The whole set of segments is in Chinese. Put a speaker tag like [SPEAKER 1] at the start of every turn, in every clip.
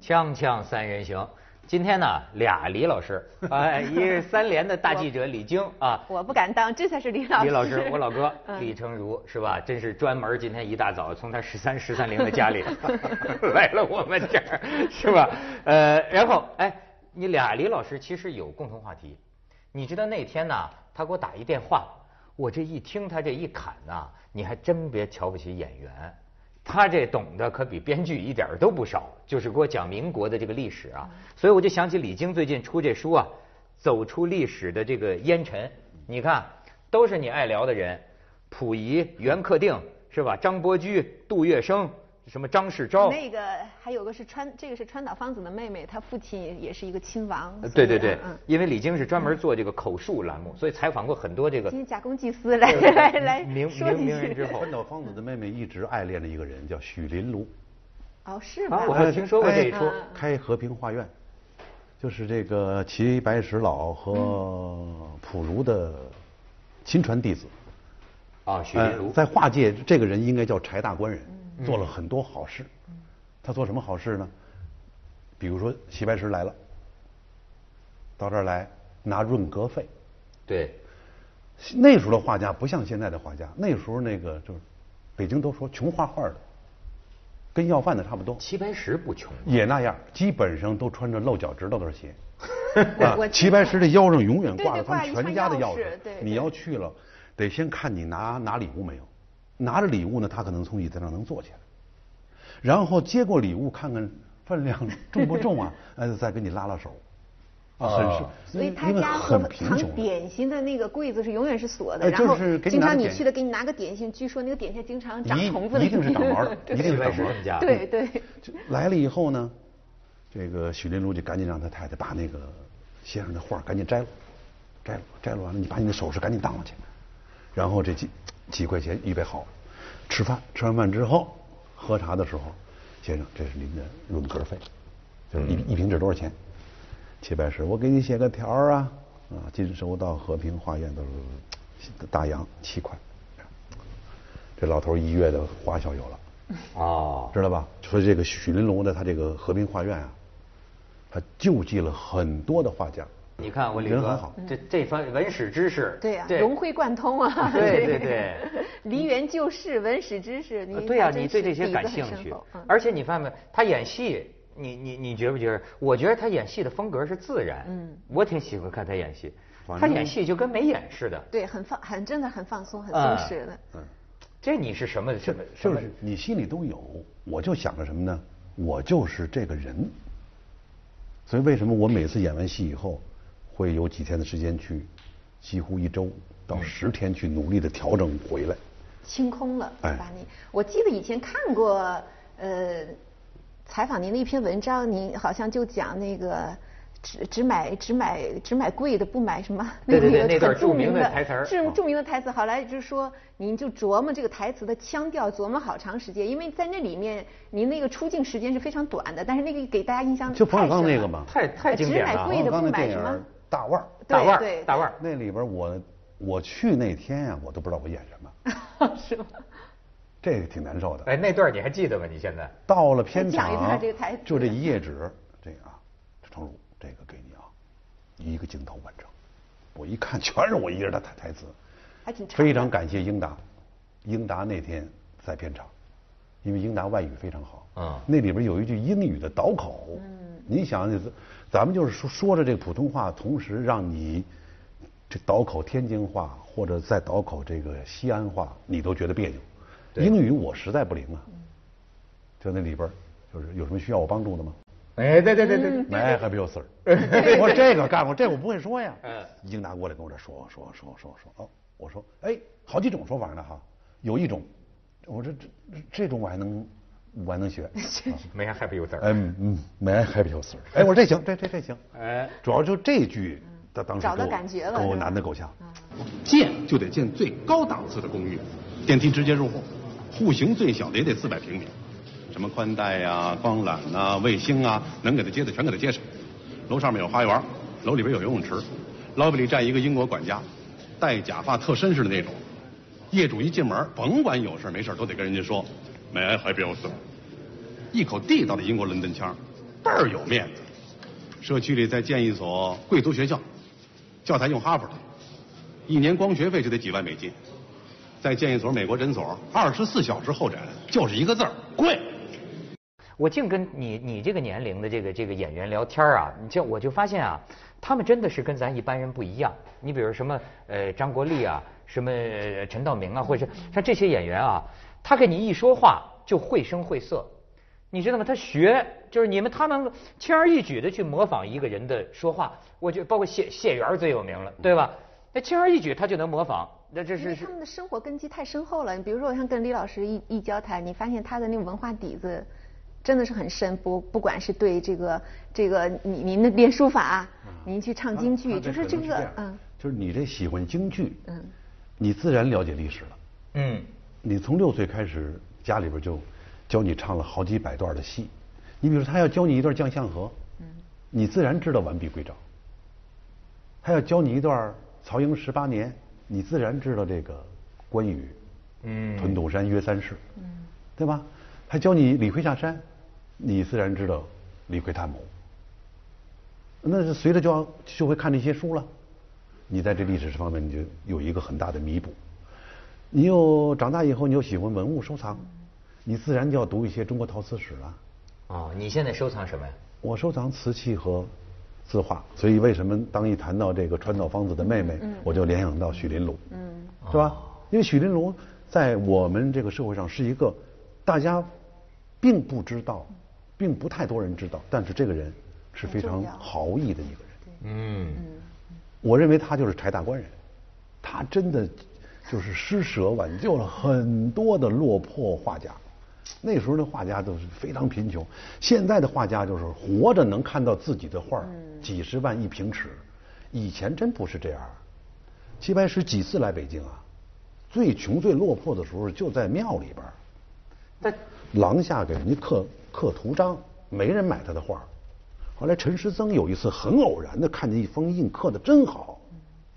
[SPEAKER 1] 锵锵三人行，今天呢俩李老 师，哎，一是三联的大记者李菁啊，
[SPEAKER 2] 我不敢当，这才是李老师。
[SPEAKER 1] 李老师，我老哥
[SPEAKER 2] 嗯
[SPEAKER 1] 李成儒是吧？真是专门今天一大早从他十三十三陵的家里 来了我们这儿，是吧？呃，然后哎，你俩李老师其实有共同话题，你知道那天呢，他给我打一电话，我这一听他这一侃呐、你还真别瞧不起演员。他这懂得可比编剧一点儿都不少，就是给我讲民国的这个历史啊，所以我就想起李菁最近出这书啊，走出历史的这个烟尘。你看，都是你爱聊的人，溥仪、袁克定是吧？张伯驹、杜月笙，什么张世钊？呃
[SPEAKER 2] 那个还有个是川，这个是川岛芳子的妹妹，她父亲也是一个亲王。
[SPEAKER 1] 呃
[SPEAKER 2] 所以
[SPEAKER 1] 对对对
[SPEAKER 2] 嗯，
[SPEAKER 1] 因为李菁是专门做这个口述栏目，所以采访过很多这
[SPEAKER 2] 嗯，
[SPEAKER 1] 个
[SPEAKER 2] 今天假公济私来来来
[SPEAKER 1] 名
[SPEAKER 2] 说
[SPEAKER 1] 名
[SPEAKER 2] 几
[SPEAKER 1] 名人
[SPEAKER 2] 句。
[SPEAKER 1] 之 后
[SPEAKER 3] 川。哎岛芳子的妹妹一直爱恋着一个人，叫许林庐。
[SPEAKER 2] 哦，是
[SPEAKER 1] 啊
[SPEAKER 2] 吧？
[SPEAKER 1] 我还听说过这啊一出
[SPEAKER 3] 哎开和平画院，就是这个齐白石老和普如的亲传弟子。
[SPEAKER 1] 啊，许林
[SPEAKER 3] 呃
[SPEAKER 1] 如
[SPEAKER 3] 在画界，这个人应该叫柴大官人，
[SPEAKER 1] 嗯
[SPEAKER 3] 做了很多好事。他做什么好事呢？比如说齐白石来了，到这儿来拿润格费。
[SPEAKER 1] 对，
[SPEAKER 3] 那时候的画家不像现在的画家，那时候那个就是北京都说穷画画的，跟要饭的差不
[SPEAKER 2] 嗯
[SPEAKER 3] 多，
[SPEAKER 1] 齐白石不穷，
[SPEAKER 3] 也那样，基本上都穿着露脚趾头的鞋。
[SPEAKER 2] 我
[SPEAKER 3] 啊，齐白石的腰上永远
[SPEAKER 2] 对
[SPEAKER 3] 挂
[SPEAKER 2] 对
[SPEAKER 3] 着他
[SPEAKER 2] 挂
[SPEAKER 3] 们
[SPEAKER 2] 一串
[SPEAKER 3] 全家的
[SPEAKER 2] 钥
[SPEAKER 3] 钥
[SPEAKER 2] 匙对对
[SPEAKER 3] 你要去了，得先看你拿拿礼物没有，拿着礼物呢，他可能从椅子上能坐起来，然后接过礼物看看分量重不重啊，呃，再给你拉拉手，啊，很是
[SPEAKER 1] 哦，
[SPEAKER 2] 所以他
[SPEAKER 3] 因为
[SPEAKER 2] 家
[SPEAKER 3] 很
[SPEAKER 2] 和
[SPEAKER 3] 贫
[SPEAKER 2] 藏
[SPEAKER 3] 穷的。啊
[SPEAKER 2] 点心的那个柜子是永远是锁的，
[SPEAKER 3] 哎
[SPEAKER 2] 然后
[SPEAKER 3] 就是给你
[SPEAKER 2] 经
[SPEAKER 3] 拿
[SPEAKER 2] 常
[SPEAKER 3] 个
[SPEAKER 2] 你
[SPEAKER 3] 点
[SPEAKER 2] 去了给你拿个点心，据说那个点心经常长虫子了，
[SPEAKER 3] 一一定是长毛的
[SPEAKER 2] 对
[SPEAKER 3] 一定
[SPEAKER 1] 齐
[SPEAKER 3] 是
[SPEAKER 1] 白
[SPEAKER 3] 干
[SPEAKER 1] 石
[SPEAKER 3] 嘛
[SPEAKER 1] 他们家。
[SPEAKER 2] 对对，
[SPEAKER 3] 就来了以后呢，这个许林如就赶紧让他太太把那个先生的画赶紧摘了，摘了，摘了完了，你把你的首饰赶紧当了去，然后这几几块钱预备好，吃饭，吃完饭之后喝茶的时候，先生，这是您的润格费，就是一、一瓶纸多少钱？齐白石，我给你写个条儿啊，啊，金收到和平画院的大洋七块，这老头儿一月的花销有了。
[SPEAKER 2] 啊
[SPEAKER 1] 哦，
[SPEAKER 3] 知道吧？所以这个许麟龙的他这个和平画院啊，他救济了很多的画家。
[SPEAKER 1] 你看我李
[SPEAKER 3] 人很
[SPEAKER 1] 哥
[SPEAKER 3] 好，
[SPEAKER 1] 这这番文史知识，
[SPEAKER 2] 对呀、
[SPEAKER 1] 这
[SPEAKER 2] 融会贯通啊！
[SPEAKER 1] 对对
[SPEAKER 2] 这个
[SPEAKER 1] 对，
[SPEAKER 2] 梨园旧事、文史知识，你
[SPEAKER 1] 呃对呀、
[SPEAKER 2] 还真
[SPEAKER 1] 你对
[SPEAKER 2] 是
[SPEAKER 1] 这些
[SPEAKER 2] 底子
[SPEAKER 1] 感
[SPEAKER 2] 很
[SPEAKER 1] 兴
[SPEAKER 2] 深
[SPEAKER 1] 趣
[SPEAKER 2] 厚，嗯
[SPEAKER 1] 而且你发现没，他演戏，你你你觉不觉得？我觉得他演戏的风格是自然，
[SPEAKER 2] 嗯，
[SPEAKER 1] 我挺喜欢看他演戏，
[SPEAKER 3] 反
[SPEAKER 1] 他
[SPEAKER 3] 正
[SPEAKER 1] 演戏就跟没演似的。
[SPEAKER 2] 对，很放，很真的很放松，很
[SPEAKER 1] 嗯
[SPEAKER 2] 松弛的。
[SPEAKER 3] 嗯，
[SPEAKER 1] 这你是什么什么什
[SPEAKER 3] 就
[SPEAKER 1] 么？
[SPEAKER 3] 是你心里都有。我就想着什么呢？我就是这个人。所以为什么我每次演完戏以后，会有几天的时间去，几乎一周
[SPEAKER 2] 嗯
[SPEAKER 3] 到十天去努力的调整回来。
[SPEAKER 2] 清空了，
[SPEAKER 3] 哎
[SPEAKER 2] 把你。我记得以前看过，呃，采访您的一篇文章，您好像就讲那个只只买只买只买贵的，不买什 么。
[SPEAKER 1] 对对对
[SPEAKER 2] 个
[SPEAKER 1] 那段
[SPEAKER 2] 很
[SPEAKER 1] 著
[SPEAKER 2] 著
[SPEAKER 1] 名
[SPEAKER 2] 名
[SPEAKER 1] 的台词儿
[SPEAKER 2] 著著名的台词。后来就是说，您就琢磨这个台词的腔调，琢磨好长时间，因为在那里面您那个出镜时间是非常短的，但是那个给大家印象
[SPEAKER 3] 就冯小刚
[SPEAKER 2] 太深
[SPEAKER 3] 那个
[SPEAKER 2] 了
[SPEAKER 3] 嘛
[SPEAKER 1] 太太经典了
[SPEAKER 2] 只买贵
[SPEAKER 3] 冯
[SPEAKER 2] 的
[SPEAKER 3] 小刚
[SPEAKER 2] 不
[SPEAKER 3] 的
[SPEAKER 2] 买
[SPEAKER 3] 电
[SPEAKER 2] 什
[SPEAKER 3] 影
[SPEAKER 2] 么
[SPEAKER 3] 儿。大腕儿，
[SPEAKER 1] 大
[SPEAKER 2] 对
[SPEAKER 1] 腕
[SPEAKER 2] 对
[SPEAKER 1] 儿，大腕儿，
[SPEAKER 3] 那里边我我去那天呀、我都不知道我演什么，
[SPEAKER 2] 是吧？
[SPEAKER 1] 哦
[SPEAKER 3] 这个挺难受的。
[SPEAKER 1] 哎，那段你还记得吗？你现在？
[SPEAKER 3] 到了片
[SPEAKER 2] 讲一段
[SPEAKER 3] 场
[SPEAKER 2] 这个台词，
[SPEAKER 3] 就这一页纸，这个啊，程璐，这个给你啊，一个镜头完成。我一看，全是我一个人的台台词，
[SPEAKER 2] 还挺长的
[SPEAKER 3] 非常感谢英达，英达那天在片场，因为英达外语非常好，
[SPEAKER 1] 嗯
[SPEAKER 3] 那里边有一句英语的导口，嗯，你想，咱们就是说说着这个普通话，同时让你这导口天津话或者再导口这个西安话，你都觉得别扭。
[SPEAKER 1] 对
[SPEAKER 3] 英语我实在不灵啊，就那里边儿就是有什么需要我帮助的吗？
[SPEAKER 1] 哎，对对对
[SPEAKER 2] 嗯
[SPEAKER 1] 对，
[SPEAKER 3] 没，还不有事 儿。我说这个干过，这我不会说呀
[SPEAKER 1] 嗯。
[SPEAKER 3] 英达过来跟我这说说说说说哦，我说哎，好几种说法呢哈，有一种，我说这这这种我还能我还 能学。
[SPEAKER 1] 没啥 happy 有字儿。
[SPEAKER 3] 嗯嗯，没 happy 有事儿。哎，我说这行，这这这行。
[SPEAKER 1] 哎，
[SPEAKER 3] 主要就这句，他当时
[SPEAKER 2] 找到
[SPEAKER 3] 给我
[SPEAKER 2] 感觉了
[SPEAKER 3] 给我
[SPEAKER 2] 是吧嗯
[SPEAKER 3] 难的够呛。
[SPEAKER 4] 建就得建最高档次的公寓，电梯直接入户，户型最小的也得四百平米，什么宽带呀、光缆呐、卫星啊，能给他接的全给他接上。楼上面有花园，楼里边有游泳池，lobby 里站一个英国管家，戴假发特绅士的那种。业主一进门，甭管有事没事都得跟人家说，May I help you, sir？一口地道的英国伦敦腔儿，
[SPEAKER 3] 倍儿有面子。社区里再建一所贵族学校，教材用哈佛的，一年光学费就得几万美金。再建一所美国诊所，二十四小时候诊，就是一个字儿贵。
[SPEAKER 1] 我净跟你你这个年龄的这个这个演员聊天儿啊，你这我就发现啊，他们真的是跟咱一般人不一样。你比如什么呃张国立啊，什么、呃陈道明啊，或者是像这些演员啊，他跟你一说话就绘声绘色，你知道吗？他学就是你们他能轻而易举的去模仿一个人的说话，我觉得包括谢谢元儿最有名了，对吧？那轻而易举他就能模仿，那这
[SPEAKER 2] 因为
[SPEAKER 1] 是是
[SPEAKER 2] 他们的生活根基太深厚了。比如说，像跟李老师一一交谈，你发现他的那个文化底子真的是很深，不不管是对这个这个你您的练书法，啊
[SPEAKER 1] 嗯
[SPEAKER 2] 您去唱京剧，就是这个嗯，
[SPEAKER 5] 就是你这喜欢京剧，
[SPEAKER 2] 嗯，
[SPEAKER 5] 你自然了解历史了。
[SPEAKER 1] 嗯。
[SPEAKER 5] 你从六岁开始，家里边就教你唱了好几百段的戏。你比如说他要教你一段《将相和》，你自然知道《完璧归赵》；他要教你一段《曹营十八年》，你自然知道这个关羽，
[SPEAKER 1] 嗯
[SPEAKER 5] 屯土山约三世，对吧？还教你李逵下山，你自然知道李逵探母。那是随着就要就会看这些书了，你在这历史方面你就有一个很大的弥补。你又长大以后，你又喜欢文物收藏，你自然就要读一些中国陶瓷史了。
[SPEAKER 1] 哦，你现在收藏什么呀？
[SPEAKER 5] 我收藏瓷器和字画，所以为什么当一谈到这个川岛芳子的妹妹，我就联想到许麟庐，是吧？因为许麟庐在我们这个社会上是一个大家并不知道，并不太多人知道，但是这个人是非常豪逸的一个人。
[SPEAKER 1] 嗯，
[SPEAKER 5] 我认为他就是柴大官人，他真的就是施舍挽救了很多的落魄画家。那时候的画家都是非常贫穷，现在的画家就是活着能看到自己的画儿几十万一平尺，以前真不是这样。齐白石几次来北京啊，最穷最落魄的时候就在庙里边儿，
[SPEAKER 1] 但
[SPEAKER 5] 廊下给人家刻刻图章，没人买他的画儿。后来陈师曾有一次很偶然的看见一封印刻的真好，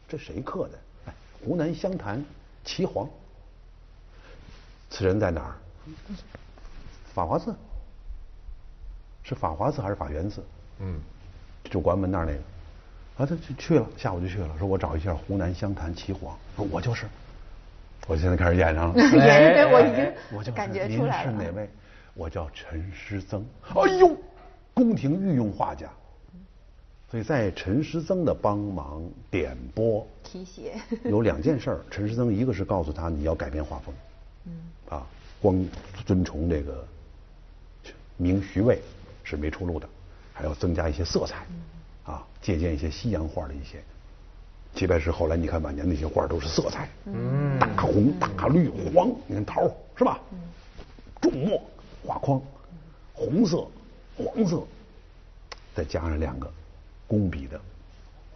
[SPEAKER 5] 这谁刻的？哎湖南湘潭岐黄。此人在哪儿？法华寺。是法华寺还是法源寺？
[SPEAKER 1] 嗯，
[SPEAKER 5] 就关门那儿那个。啊，他就去了，下午就去了，说我找一下湖南湘潭岐黄。我说我就是，我现在开始演上了。 哎
[SPEAKER 2] 演员我已
[SPEAKER 5] 我
[SPEAKER 2] 经
[SPEAKER 5] 就是
[SPEAKER 2] 感觉
[SPEAKER 5] 您
[SPEAKER 2] 出来了。
[SPEAKER 5] 是哪位？我叫陈师曾。哎呦，宫廷御用画家。所以在陈师曾的帮忙点拨，
[SPEAKER 2] 提携。
[SPEAKER 5] 有两件事儿，陈师曾一个是告诉他你要改变画风，啊，光尊崇这个明徐渭是没出路的，还要增加一些色彩，啊，借鉴一些西洋画的一些。齐白石后来你看晚年那些画都是色彩，
[SPEAKER 1] 嗯
[SPEAKER 5] 大红大绿黄，你看桃是吧？重墨画框，红色、黄色，再加上两个工笔的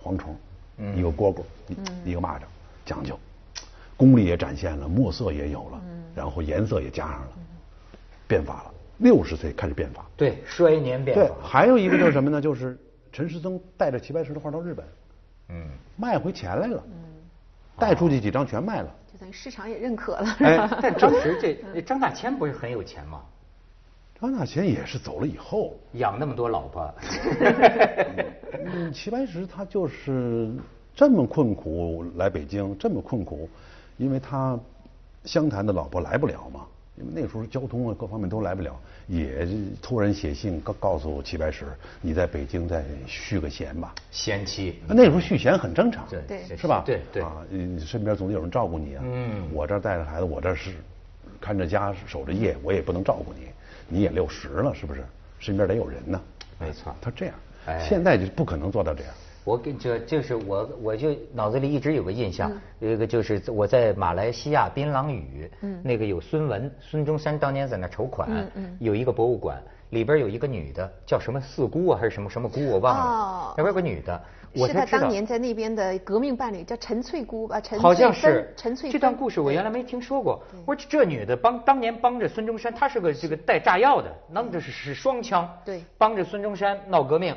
[SPEAKER 5] 蝗虫，
[SPEAKER 1] 嗯
[SPEAKER 5] 一个蝈蝈，一一个蚂蚱，讲究，功力也展现了，墨色也有了，然后颜色也加上了，变法了。六十岁开始变法，
[SPEAKER 1] 对，衰年变
[SPEAKER 5] 对，
[SPEAKER 1] 法。
[SPEAKER 5] 还有一个就是什么呢？就是陈师曾带着齐白石的画到日本，
[SPEAKER 1] 嗯，
[SPEAKER 5] 卖回钱来了，带出去几张全卖了。
[SPEAKER 2] 就等于市场也认可了，
[SPEAKER 1] 哎，但当时这这张大千不是很有钱吗？
[SPEAKER 5] 张大千也是走了以后，
[SPEAKER 1] 养那么多老婆，
[SPEAKER 5] 嗯，齐白石他就是这么困苦来北京，这么困苦，因为他湘潭的老婆来不了嘛，因为那时候交通啊各方面都来不了，也突然写信告告诉齐白石，你在北京再续个弦吧。
[SPEAKER 1] 贤妻。
[SPEAKER 5] 那时候续弦很正常，
[SPEAKER 1] 嗯对
[SPEAKER 2] 对
[SPEAKER 5] 是吧？
[SPEAKER 1] 对对
[SPEAKER 5] 啊，你身边总得有人照顾你啊。
[SPEAKER 1] 嗯
[SPEAKER 5] 我这儿带着孩子，我这儿是看着家守着夜，我也不能照顾你，你也六十了，是不是？身边得有人呢。
[SPEAKER 1] 没错
[SPEAKER 5] 啊他这样
[SPEAKER 1] 哎，
[SPEAKER 5] 现在就不可能做到这样。
[SPEAKER 1] 我跟这就是我，我就脑子里一直有个印象，有一个就是我在马来西亚槟榔屿，那个有孙文、孙中山当年在那筹款，有一个博物馆，里边有一个女的叫什么四姑啊，还是什么什么姑，我忘了
[SPEAKER 2] 哦，
[SPEAKER 1] 那边有个女的， 我
[SPEAKER 2] 是他
[SPEAKER 1] 才知
[SPEAKER 2] 当
[SPEAKER 1] 道。
[SPEAKER 2] 年在那边的革命伴侣叫陈翠姑吧？陈
[SPEAKER 1] 好像
[SPEAKER 2] 翠芬
[SPEAKER 1] 是
[SPEAKER 2] 陈翠芬。
[SPEAKER 1] 这段故事我原来没听说过。我说这女的帮当年帮着孙中山，她是个这个带炸药的，弄的是是双枪，
[SPEAKER 2] 嗯对
[SPEAKER 1] 帮着孙中山闹革命。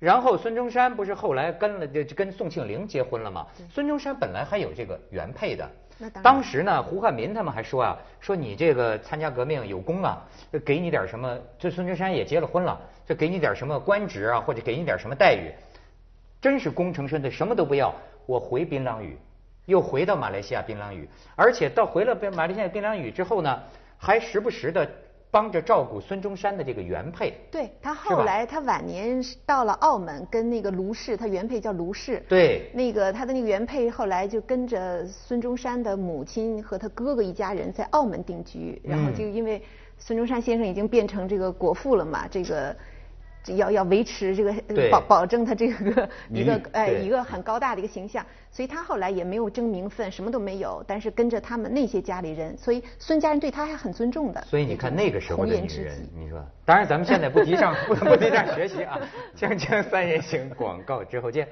[SPEAKER 1] 然后孙中山不是后来跟了这跟宋庆龄结婚了吗？孙中山本来还有这个原配的，
[SPEAKER 2] 那当然
[SPEAKER 1] 当时呢，胡汉民他们还说啊，说你这个参加革命有功了，就给你点什么。这孙中山也结了婚了，就给你点什么官职啊，或者给你点什么待遇。真是功成身退，什么都不要，我回槟榔屿，又回到马来西亚槟榔屿，而且到回了槟马来西亚槟榔屿之后呢，还时不时的帮着照顾孙中山的这个原配。
[SPEAKER 2] 对他
[SPEAKER 1] 是吧
[SPEAKER 2] 后来，他晚年是到了澳门，跟那个卢氏，他原配叫卢氏。
[SPEAKER 1] 对
[SPEAKER 2] 那个他的那个原配后来就跟着孙中山的母亲和他哥哥一家人在澳门定居，然后
[SPEAKER 1] 嗯
[SPEAKER 2] 就因为孙中山先生已经变成这个国父了
[SPEAKER 1] 嗯
[SPEAKER 2] 嘛，这个这要要维 持这个呃
[SPEAKER 1] 对
[SPEAKER 2] 保保证他这个
[SPEAKER 5] 名
[SPEAKER 2] 一
[SPEAKER 5] 誉
[SPEAKER 2] 个哎
[SPEAKER 1] 对
[SPEAKER 2] 一个很高大的一个形象，所以他后来也没有争名分，什么都没有，但是跟着他们那些家里人，所以孙家人对他还很尊重的。
[SPEAKER 1] 所以你看那个时候的
[SPEAKER 2] 红颜
[SPEAKER 1] 女
[SPEAKER 2] 知
[SPEAKER 1] 人
[SPEAKER 2] 己，
[SPEAKER 1] 你说，当然咱们现在不提倡 不不提倡学习啊。锵锵三人行，广告之后见。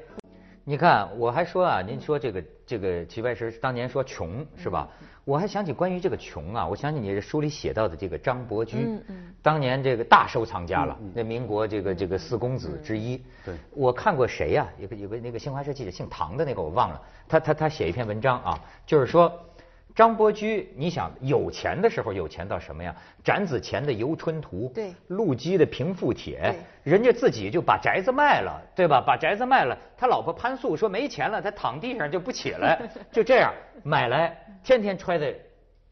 [SPEAKER 1] 你看，我还说啊，您说这个这个齐白石当年说穷是吧？我还想起关于这个穷啊，我想起你书里写到的这个张伯驹，
[SPEAKER 2] 嗯嗯
[SPEAKER 1] 当年这个大收藏家了，那民国这个这个四公子之一。
[SPEAKER 5] 对
[SPEAKER 1] 我看过谁呀、有个有个那个新华社记者姓唐的那个我忘了，他他他写一篇文章啊，就是说张伯驹，你想有钱的时候有钱到什么呀？展子虔的《游春图》，
[SPEAKER 2] 对
[SPEAKER 1] 陆机的《平复帖》，人家自己就把宅子卖了，对吧？把宅子卖了，他老婆潘素说没钱了，他躺地上就不起来， 就这样买来，天天揣在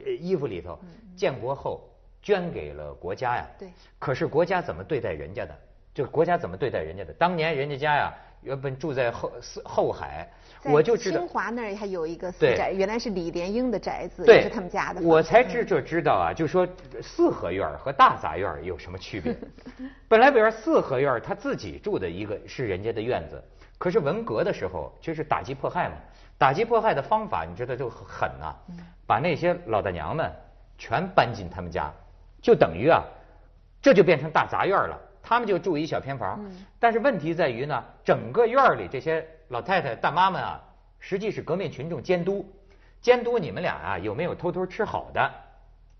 [SPEAKER 1] 呃衣服里头。建国后捐给了国家呀，
[SPEAKER 2] 嗯对
[SPEAKER 1] 可是国家怎么对待人家的？就是国家怎么对待人家的？当年人家家呀，原本住在后四后海，
[SPEAKER 2] 在
[SPEAKER 1] 我就知道
[SPEAKER 2] 清。华那儿还有一个私
[SPEAKER 1] 对
[SPEAKER 2] 宅，原来是李莲英的宅子，
[SPEAKER 1] 对，
[SPEAKER 2] 也是他们家的房子。嗯
[SPEAKER 1] 我才知就知道啊，就说四合院儿和大杂院儿有什么区 别？本来比如说四合院儿他自己住的一个是人家的院子，可是文革的时候就是打击迫害嘛，打击迫害的方法你知道就很狠呐、把那些老大娘们全搬进他们家，就等于啊，这就变成大杂院儿了。他们就住一小偏房，但是问题在于呢，整个院儿里这些老太太、大妈们啊，实际是革命群众监督，监督你们俩啊有没有偷偷吃好的，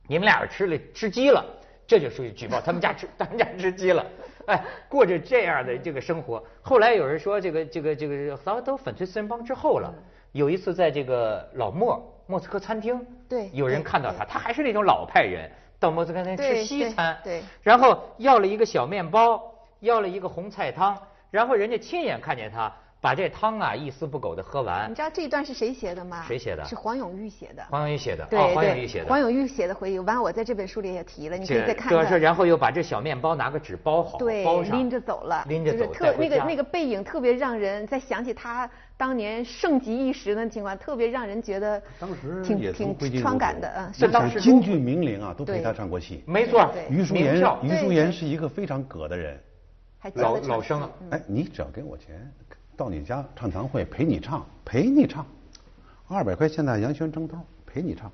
[SPEAKER 1] 你们俩要吃了吃鸡了，这就属于举报他们家吃 他们家吃鸡了，哎，过着这样的这个生活。后来有人说这个这个这个早都粉碎四人帮之后了，
[SPEAKER 2] 嗯
[SPEAKER 1] 有一次在这个老莫莫斯科餐厅，
[SPEAKER 2] 对
[SPEAKER 1] 有人
[SPEAKER 2] 对
[SPEAKER 1] 看到
[SPEAKER 2] 对
[SPEAKER 1] 他，他还是那种老派人，到莫斯科餐厅吃
[SPEAKER 2] 对
[SPEAKER 1] 西
[SPEAKER 2] 对
[SPEAKER 1] 餐，
[SPEAKER 2] 对
[SPEAKER 1] 然后要了一个小面包，要了一个红菜汤，然后人家亲眼看见他把这汤啊一丝不苟的喝完
[SPEAKER 2] 你，知道这一段是谁写的吗？
[SPEAKER 1] 谁写的
[SPEAKER 2] 是黄永玉写的。
[SPEAKER 1] 黄永玉写的，
[SPEAKER 2] 对
[SPEAKER 1] 哦，
[SPEAKER 2] 对，
[SPEAKER 1] 黄永玉写的，
[SPEAKER 2] 黄永玉写的回忆，完我在这本书里也提了，你可以再看
[SPEAKER 1] 这这
[SPEAKER 2] 看。
[SPEAKER 1] 然后又把这小面包拿个纸包好，
[SPEAKER 2] 对
[SPEAKER 1] 包，上
[SPEAKER 2] 拎着走了，
[SPEAKER 1] 拎着走，
[SPEAKER 2] 就是
[SPEAKER 1] 带
[SPEAKER 2] 特
[SPEAKER 1] 回
[SPEAKER 2] 那个
[SPEAKER 1] 家
[SPEAKER 2] 那个背影特别让人，再想起他当年盛极一时的情况，特别让人觉得
[SPEAKER 5] 当时
[SPEAKER 2] 挺
[SPEAKER 5] 也曾挥金
[SPEAKER 2] 挺
[SPEAKER 5] 如
[SPEAKER 2] 伤感
[SPEAKER 5] 土
[SPEAKER 2] 的啊。嗯
[SPEAKER 1] 这
[SPEAKER 2] 伤
[SPEAKER 1] 当
[SPEAKER 2] 感
[SPEAKER 1] 时
[SPEAKER 5] 京剧名伶啊，都陪
[SPEAKER 2] 对
[SPEAKER 5] 他唱过戏。
[SPEAKER 1] 没错
[SPEAKER 2] 对，
[SPEAKER 5] 于淑
[SPEAKER 1] 民
[SPEAKER 5] 妍
[SPEAKER 1] 票，
[SPEAKER 5] 于淑
[SPEAKER 2] 对
[SPEAKER 5] 妍
[SPEAKER 2] 对嗯
[SPEAKER 5] 是一个非常葛的人。
[SPEAKER 2] 还记得
[SPEAKER 1] 老
[SPEAKER 2] 这
[SPEAKER 1] 老
[SPEAKER 2] 场
[SPEAKER 1] 生
[SPEAKER 2] 戏
[SPEAKER 1] 啊，
[SPEAKER 5] 哎，你只要给我钱，到你家唱堂会陪你唱，陪你唱，二百块现大洋宣成兜陪你唱，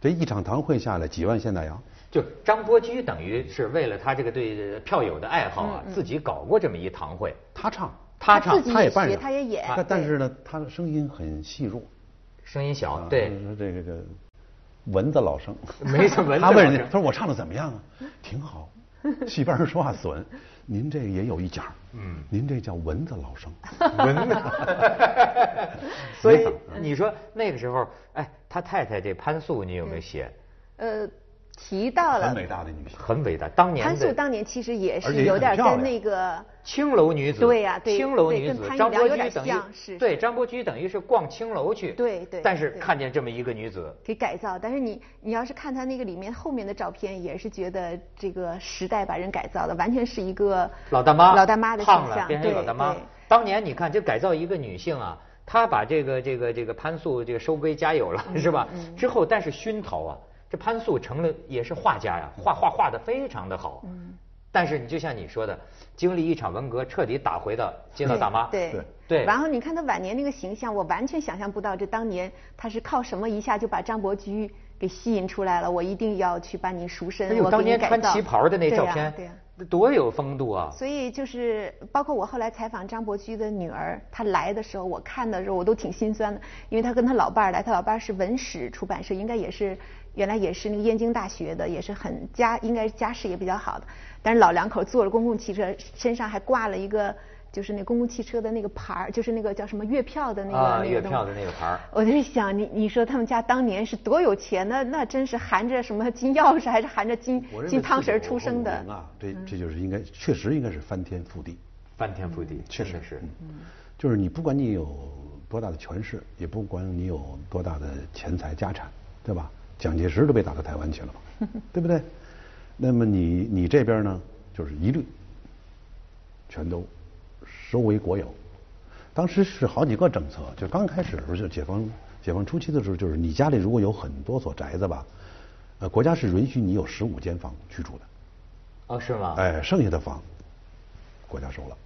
[SPEAKER 5] 这一场堂会下来几万现大洋，
[SPEAKER 1] 就张伯驹等于是为了他这个对票友的爱好啊，
[SPEAKER 2] 嗯
[SPEAKER 1] 自己搞过这么一堂会，
[SPEAKER 5] 他唱，
[SPEAKER 1] 他
[SPEAKER 2] 自
[SPEAKER 1] 唱
[SPEAKER 2] 己
[SPEAKER 5] 他也
[SPEAKER 2] 也
[SPEAKER 5] 扮
[SPEAKER 2] 学，
[SPEAKER 5] 上，
[SPEAKER 2] 他也演，
[SPEAKER 5] 但但
[SPEAKER 2] 对
[SPEAKER 5] 是呢，他的声音很细弱，
[SPEAKER 1] 声音小
[SPEAKER 5] 啊，
[SPEAKER 1] 对
[SPEAKER 5] 就， 是这个这个蚊子老 生，
[SPEAKER 1] 没什么。
[SPEAKER 5] 他问人家，他说我唱的怎么样啊？挺 好。戏班儿说话损，您这也有一讲，嗯，您这叫蚊子 老生，
[SPEAKER 1] 文呢。所
[SPEAKER 5] 没啊
[SPEAKER 1] 以
[SPEAKER 5] 法
[SPEAKER 1] 你说那个时候，哎，他太太这潘素，你
[SPEAKER 2] 嗯
[SPEAKER 1] 有没有写？
[SPEAKER 2] 呃提到
[SPEAKER 5] 很
[SPEAKER 2] 了
[SPEAKER 5] 伟大的女性。
[SPEAKER 1] 很伟大，当年
[SPEAKER 2] 潘素
[SPEAKER 1] 的
[SPEAKER 2] 当年其实也
[SPEAKER 5] 而且
[SPEAKER 2] 是
[SPEAKER 5] 也
[SPEAKER 2] 有
[SPEAKER 5] 很
[SPEAKER 2] 点
[SPEAKER 5] 漂
[SPEAKER 2] 跟
[SPEAKER 5] 亮
[SPEAKER 2] 那个。
[SPEAKER 1] 青楼女子，
[SPEAKER 2] 对呀对
[SPEAKER 1] 青楼
[SPEAKER 2] 对
[SPEAKER 1] 女
[SPEAKER 2] 跟
[SPEAKER 1] 子
[SPEAKER 2] 潘，玉
[SPEAKER 1] 张
[SPEAKER 2] 良
[SPEAKER 1] 伯
[SPEAKER 2] 有
[SPEAKER 1] 驹
[SPEAKER 2] 点
[SPEAKER 1] 等于
[SPEAKER 2] 像是
[SPEAKER 1] 对张伯驹等于是逛青楼去，
[SPEAKER 2] 对对
[SPEAKER 1] 但是
[SPEAKER 2] 对
[SPEAKER 1] 看见这么一个女子，
[SPEAKER 2] 给改造，但是你你要是看他那个里面后面的照片，也是觉得这个时代把人改造的，完全是一个
[SPEAKER 1] 老大妈，
[SPEAKER 2] 老大妈的
[SPEAKER 1] 胖
[SPEAKER 2] 形
[SPEAKER 1] 了
[SPEAKER 2] 象，
[SPEAKER 1] 变成
[SPEAKER 2] 对
[SPEAKER 1] 一老大妈
[SPEAKER 2] 对。
[SPEAKER 1] 当年你看，这改造一个女性啊，她把这个这个这个潘素这个收归家有
[SPEAKER 2] 嗯
[SPEAKER 1] 了，是吧？之后但是熏陶啊，这潘素成了也是画家呀，画画画的非常的好。
[SPEAKER 2] 嗯
[SPEAKER 1] 但是你就像你说的，经历一场文革，彻底打回到街道大妈。
[SPEAKER 2] 对
[SPEAKER 5] 对
[SPEAKER 1] 对
[SPEAKER 2] 然后你看他晚年那个形象，我完全想象不到这当年他是靠什么一下就把张伯驹给吸引出来了。我一定要去把你赎身，
[SPEAKER 1] 哎
[SPEAKER 2] 我
[SPEAKER 1] 呦，
[SPEAKER 2] 给
[SPEAKER 1] 当
[SPEAKER 2] 你
[SPEAKER 1] 年
[SPEAKER 2] 改
[SPEAKER 1] 穿
[SPEAKER 2] 造。
[SPEAKER 1] 旗袍的那
[SPEAKER 2] 对
[SPEAKER 1] 照
[SPEAKER 2] 呀
[SPEAKER 1] 片
[SPEAKER 2] 对呀，啊
[SPEAKER 1] 那多有风度啊！
[SPEAKER 2] 所以就是包括我后来采访张伯驹的女儿，她来的时候，我看的时候我都挺心酸的，因为她跟她老伴儿来，她老伴儿是文史出版社，应该也是原来也是那个燕京大学的，也是很家应该家世也比较好的，但是老两口坐着公共汽车，身上还挂了一个。就是那公共汽车的那个牌儿，就是那个叫什么月票的那个、
[SPEAKER 1] 啊
[SPEAKER 2] 那个
[SPEAKER 1] 月
[SPEAKER 2] 东
[SPEAKER 1] 票的那个牌儿
[SPEAKER 2] 我在想，你你说他们家当年是多有钱，那那真是含着什么金钥匙，还是含着金
[SPEAKER 5] 我认为
[SPEAKER 2] 金汤匙儿
[SPEAKER 5] 自
[SPEAKER 2] 出
[SPEAKER 5] 从
[SPEAKER 2] 生
[SPEAKER 5] 文
[SPEAKER 2] 的嗯
[SPEAKER 5] 明？啊，这这就是应该确实应该是翻天覆地，
[SPEAKER 1] 翻天覆地，
[SPEAKER 5] 确
[SPEAKER 1] 真
[SPEAKER 5] 实
[SPEAKER 1] 的是。
[SPEAKER 2] 嗯
[SPEAKER 5] 就是你不管你有多大的权势，也不管你有多大的钱财家产，对吧？蒋介石都被打到台湾去了嘛，对不对？那么你你这边呢，就是一律全都收为国有。当时是好几个政策，就刚开始的时候，就解放解放初期的时候，就是你家里如果有很多所宅子吧，呃，国家是允许你有十五间房居住的。
[SPEAKER 1] 哦，是吗？
[SPEAKER 5] 哎，剩下的房国家收了。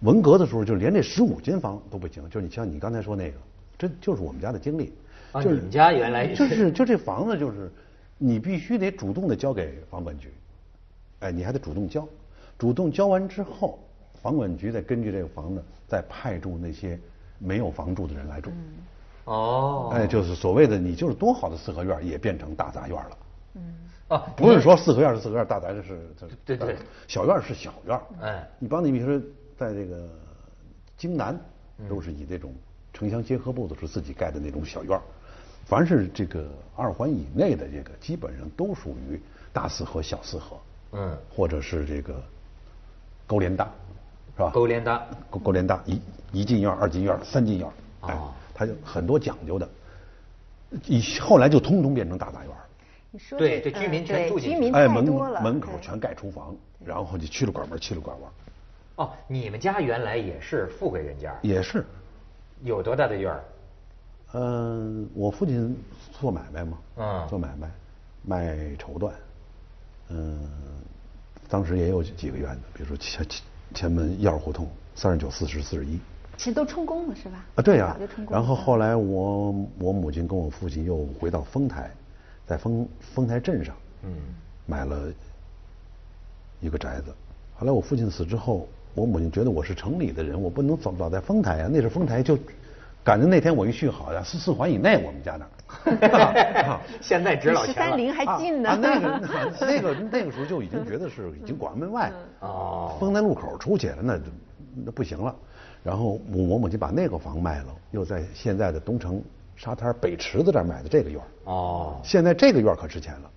[SPEAKER 5] 文革的时候，就连这十五间房都不行，就是你像你刚才说那个，这就是我们家的经历。
[SPEAKER 1] 啊，
[SPEAKER 5] 就
[SPEAKER 1] 你
[SPEAKER 5] 是
[SPEAKER 1] 们家原来也
[SPEAKER 5] 就是就这房子就是你必须得主动的交给房管局，哎，你还得主动交，主动交完之后，房管局再根据这个房子再派驻那些没有房住的人来住。
[SPEAKER 1] 哦，
[SPEAKER 5] 哎，就是所谓的你就是多好的四合院儿也变成大杂院儿了。
[SPEAKER 1] 哦，
[SPEAKER 5] 不是说四合院儿是四合院儿，大宅子是
[SPEAKER 1] 对对，
[SPEAKER 5] 小院儿是小院儿。
[SPEAKER 1] 哎
[SPEAKER 5] 你帮你比如说在这个京南，都是以这种城乡结合部的时候自己盖的那种小院儿，凡是这个二环以内的这个，基本上都属于大四合、小四合，
[SPEAKER 1] 嗯，
[SPEAKER 5] 或者是这个勾连搭，是吧？
[SPEAKER 1] 勾连搭
[SPEAKER 5] 勾勾连搭一一进院儿、二进院儿、三进院儿，哎
[SPEAKER 1] 哦，
[SPEAKER 5] 它就很多讲究的，以后来就通通变成大杂院儿。
[SPEAKER 2] 你说
[SPEAKER 1] 对
[SPEAKER 2] 这呃
[SPEAKER 1] 对居民全
[SPEAKER 2] 对
[SPEAKER 1] 住进
[SPEAKER 2] 居
[SPEAKER 1] 去
[SPEAKER 2] 民
[SPEAKER 5] 哎，
[SPEAKER 2] 太
[SPEAKER 5] 门
[SPEAKER 2] 多了，
[SPEAKER 5] 门口
[SPEAKER 2] 对
[SPEAKER 5] 全盖厨房，然后就去了拐弯，去了拐弯，
[SPEAKER 1] 哦，你们家原来也是富贵人家，
[SPEAKER 5] 也是。
[SPEAKER 1] 有多大的院儿？
[SPEAKER 5] 嗯、我父亲做买卖嘛，
[SPEAKER 1] 嗯
[SPEAKER 5] 做买卖，卖绸缎，嗯、当时也有几个院子，比如说前前前门一二胡同三十九、四十、四十一，
[SPEAKER 2] 其实都充公了是吧？
[SPEAKER 1] 呃
[SPEAKER 5] 啊，对呀、
[SPEAKER 2] 早就充公了
[SPEAKER 5] 然后后来我我母亲跟我父亲又回到丰台，在丰丰台镇上，嗯，买了一个宅子。后来我父亲死之后，我母亲觉得我是城里的人，我不能走老在丰台啊，那是丰台就。赶着那天我一去，好呀，四四环以内我们家那儿，
[SPEAKER 1] 现在值老
[SPEAKER 2] 十
[SPEAKER 1] 钱
[SPEAKER 2] 三
[SPEAKER 1] 了。
[SPEAKER 2] 陵还近呢。
[SPEAKER 5] 啊，那 个那个那个时候就已经觉得是已经拐弯门外，
[SPEAKER 2] 嗯
[SPEAKER 1] 哦
[SPEAKER 5] 封在路口出去了，那就那不行了。然后我我母亲把那个房卖了，又在现在的东城沙滩北池子这儿买的这个院儿
[SPEAKER 1] 哦，
[SPEAKER 5] 现在这个院儿可值钱了，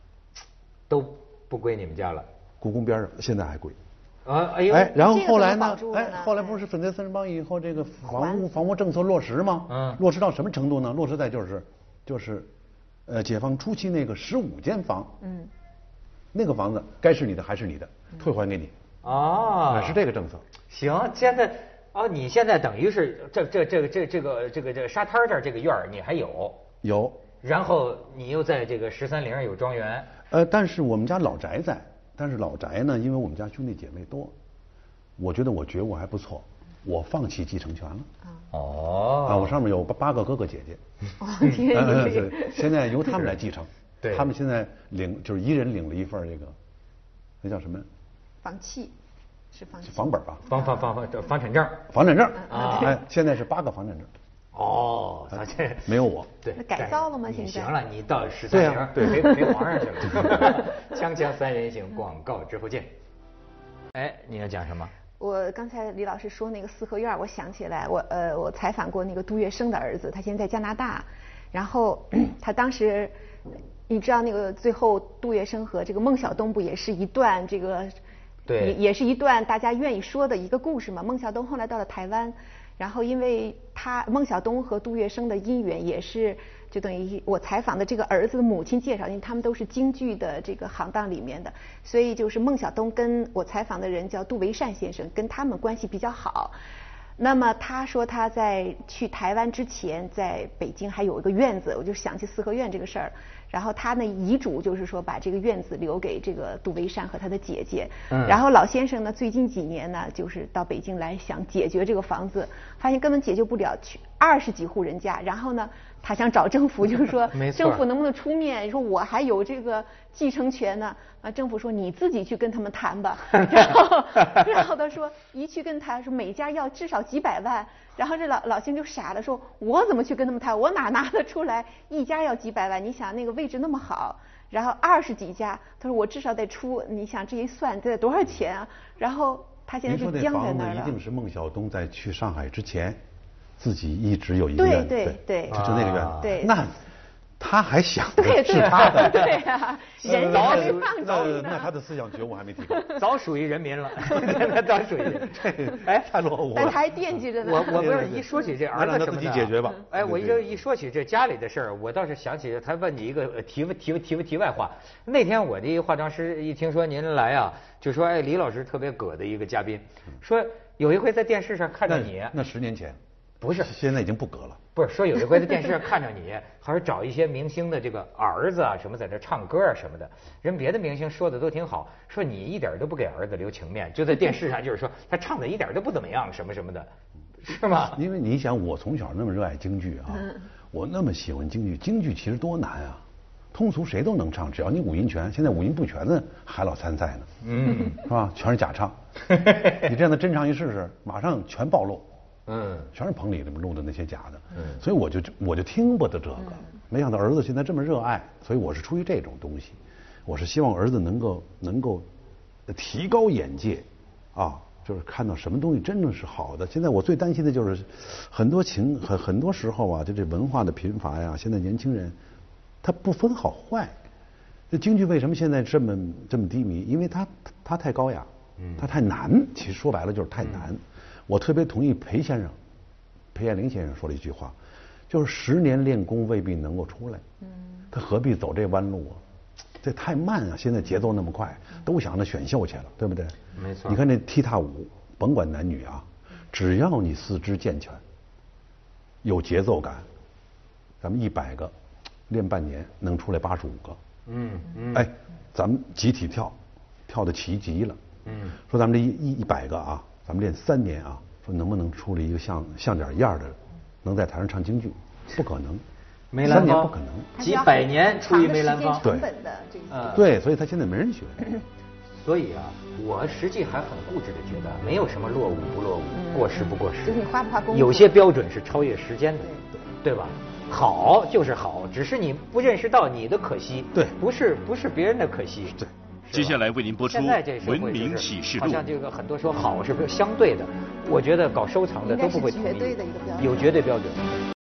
[SPEAKER 1] 都不归你们家了。
[SPEAKER 5] 故宫边上现在还贵。
[SPEAKER 1] 啊，哎呦，
[SPEAKER 5] 哎，然后
[SPEAKER 2] 这个
[SPEAKER 5] 后来
[SPEAKER 2] 怎么保
[SPEAKER 5] 呢
[SPEAKER 2] 住？了
[SPEAKER 5] 哎
[SPEAKER 2] 呢，嗯
[SPEAKER 5] 后来不是粉碎四人帮以后，这个房屋房屋政策落实吗？
[SPEAKER 1] 嗯
[SPEAKER 5] 落实到什么程度呢？落实在就是就是，呃，解放初期那个十五间房，嗯，那个房子该是你的还是你的，
[SPEAKER 2] 嗯
[SPEAKER 5] 退还给你，
[SPEAKER 1] 哦
[SPEAKER 5] 哎，是这个政策。
[SPEAKER 1] 行，现在哦，你现在等于是这这这个这这个这个这个沙滩儿这儿这个院儿你还有，
[SPEAKER 5] 有，
[SPEAKER 1] 然后你又在这个十三陵有庄园，
[SPEAKER 5] 呃，但是我们家老宅在，但是老宅呢，因为我们家兄弟姐妹多，我觉得我觉悟还不错，我放弃继承权了。啊，
[SPEAKER 1] 哦，
[SPEAKER 5] 我上面有八八个哥哥姐姐，
[SPEAKER 2] 哦 天
[SPEAKER 5] 嗯嗯对，现在由他们来继承。
[SPEAKER 1] 对
[SPEAKER 5] 他们现在领就是一人领了一份儿这个，那叫什么？
[SPEAKER 2] 房契是房契。
[SPEAKER 5] 房本儿吧，
[SPEAKER 1] 房房房房房产证儿，
[SPEAKER 5] 房产证
[SPEAKER 1] 啊
[SPEAKER 5] 哎，现在是八个房产证，
[SPEAKER 1] 哦，咱这
[SPEAKER 5] 呃没有我。
[SPEAKER 1] 对，
[SPEAKER 2] 那改造了吗
[SPEAKER 1] 你
[SPEAKER 2] 现在
[SPEAKER 1] 行了，你到十三
[SPEAKER 5] 对
[SPEAKER 1] 陵
[SPEAKER 5] 啊
[SPEAKER 1] 陪陪皇上去了。 锵锵三人行，广告之后见。哎，你要讲什么？
[SPEAKER 2] 我刚才李老师说那个四合院儿，我想起来，我呃，我采访过那个杜月笙的儿子，他现在在加拿大，然后 他当时，你知道那个最后杜月笙和这个孟小冬不也是一段这个，
[SPEAKER 1] 对
[SPEAKER 2] 也也是一段大家愿意说的一个故事嘛。孟小冬后来到了台湾，然后因为他孟小冬和杜月笙的姻缘也是，就等于我采访的这个儿子的母亲介绍，因为他们都是京剧的这个行当里面的，所以就是孟小冬跟我采访的人叫杜维善先生，跟他们关系比较好。那么他说他在去台湾之前，在北京还有一个院子，我就想起四合院这个事儿。然后他呢遗嘱就是说把这个院子留给这个杜维善和他的姐姐。
[SPEAKER 1] 嗯
[SPEAKER 2] 然后老先生呢最近几年呢就是到北京来想解决这个房子，发现根本解决不了，去二十几户人家。然后呢他想找政府，就是说
[SPEAKER 1] 没错
[SPEAKER 2] 政府能不能出面说我还有这个继承权呢？啊，政府说你自己去跟他们谈 吧。然后，然后他说一去跟他说每家要至少几百万，然后这老老兄就傻了，说我怎么去跟他们谈？我哪拿得出来一家要几百万？你想那个位置那么好。然后二十几家，他说我至少得出，你想这一算得多少钱啊？然后他现在
[SPEAKER 5] 您说
[SPEAKER 2] 是
[SPEAKER 5] 那
[SPEAKER 2] 僵在
[SPEAKER 5] 房
[SPEAKER 2] 那
[SPEAKER 5] 子
[SPEAKER 2] 儿
[SPEAKER 5] 一定
[SPEAKER 2] 了。
[SPEAKER 5] 是孟小冬在去上海之前，自己一直有一个
[SPEAKER 2] 对
[SPEAKER 5] 院子，
[SPEAKER 2] 对对
[SPEAKER 5] 就就那个院子
[SPEAKER 1] 啊。
[SPEAKER 2] 对
[SPEAKER 5] 那他还想着
[SPEAKER 2] 对
[SPEAKER 5] 是呃
[SPEAKER 2] 对
[SPEAKER 5] 他的，
[SPEAKER 2] 对啊，人是还没放
[SPEAKER 5] 那
[SPEAKER 2] 走
[SPEAKER 5] 那那
[SPEAKER 2] 呢。
[SPEAKER 5] 他的思想觉悟还没提高，
[SPEAKER 1] 早属于人民 了， 那早属于人。哎，
[SPEAKER 5] 太落伍
[SPEAKER 2] 但他
[SPEAKER 5] 了。
[SPEAKER 2] 还惦记着呢。
[SPEAKER 1] 我我不是一说起这儿
[SPEAKER 5] 那让
[SPEAKER 1] 子
[SPEAKER 5] 他
[SPEAKER 1] 什么
[SPEAKER 5] 自己
[SPEAKER 1] 的啊
[SPEAKER 5] 解决吧
[SPEAKER 1] 哎，我一
[SPEAKER 5] 对对
[SPEAKER 1] 一说起这家里的事儿，我倒是想起他问你一个呃题外题外题外题外话。那天我的化妆师一听说您来啊，就说哎李老师特别葛的一个嘉宾，说有一回在电视上看
[SPEAKER 5] 嗯那
[SPEAKER 1] 着你，
[SPEAKER 5] 那十年前，
[SPEAKER 1] 不是
[SPEAKER 5] 现在已经不隔了。
[SPEAKER 1] 不是说有一回在电视上看着你， 还是找一些明星的这个儿子啊什么在这唱歌啊什么的，人别的明星说的都挺好，说你一点都不给儿子留情面，就在电视上就是说他唱的一点都不怎么样什么什么的，是吗？
[SPEAKER 5] 因为你想，我从小那么热爱京剧啊，
[SPEAKER 1] 嗯
[SPEAKER 5] 我那么喜欢京剧，京剧其实多难啊，通俗谁都能唱，只要你五音全。现在五音不全的还老参赛呢，
[SPEAKER 1] 嗯
[SPEAKER 5] 是吧？全是假唱， 你这样的真唱一试试，马上全暴露，
[SPEAKER 1] 嗯。
[SPEAKER 5] 全是棚里录的那些假的。所以我就我就听不得这个，没想到儿子现在这么热爱，所以我是出于这种东西，我是希望儿子能够能够呃提高眼界，啊，就是看到什么东西真正是好的。现在我最担心的就是很多情很很多时候啊，就这文化的贫乏呀，现在年轻人他不分好坏。这京剧为什么现在这么这么低迷？因为它它太高雅，它太难。其实说白了就是太难。我特别同意裴先生，裴艳玲先生说了一句话，就是十年练功未必能够出来，他何必走这弯路啊？这太慢啊！现在节奏那么快，都想着选秀去了，对不对？
[SPEAKER 1] 没错
[SPEAKER 5] 你看这踢踏舞，甭管男女啊，只要你四肢健全，有节奏感，咱们一百个练半年能出来八十五个。
[SPEAKER 1] 嗯嗯，
[SPEAKER 5] 哎，咱们集体跳，跳的齐极了。
[SPEAKER 1] 嗯，
[SPEAKER 5] 说咱们这一一一百个啊，咱们练三年啊，说能不能出来一个像像点儿样儿的，能在台上唱京剧？不可能，
[SPEAKER 1] 梅
[SPEAKER 5] 三
[SPEAKER 1] 兰
[SPEAKER 5] 年
[SPEAKER 1] 芳
[SPEAKER 5] 不可能。
[SPEAKER 2] 他需
[SPEAKER 1] 几
[SPEAKER 2] 要
[SPEAKER 1] 百年出于梅兰芳
[SPEAKER 2] 长的时间，成本的这个。
[SPEAKER 1] 嗯，
[SPEAKER 5] 对，所以他现在没人学。
[SPEAKER 1] 所以啊，我实际还很固执的觉得，没有什么落伍不落伍，过时不过时，
[SPEAKER 2] 嗯就是你花不花功夫
[SPEAKER 1] 有些标准是超越时间的，对吧？好就是好，只是你不认识到你的可惜，
[SPEAKER 5] 对
[SPEAKER 1] 不是不是别人的可惜，对。
[SPEAKER 6] 接下来为您播出
[SPEAKER 1] 现在这社
[SPEAKER 6] 文
[SPEAKER 1] 会就是
[SPEAKER 6] 明启示
[SPEAKER 1] 好
[SPEAKER 6] 录
[SPEAKER 1] 像这个很多说好是不是相对的？我觉得搞收藏的都不会同意
[SPEAKER 2] 应该是绝对的一个标，准
[SPEAKER 1] 有绝对标准。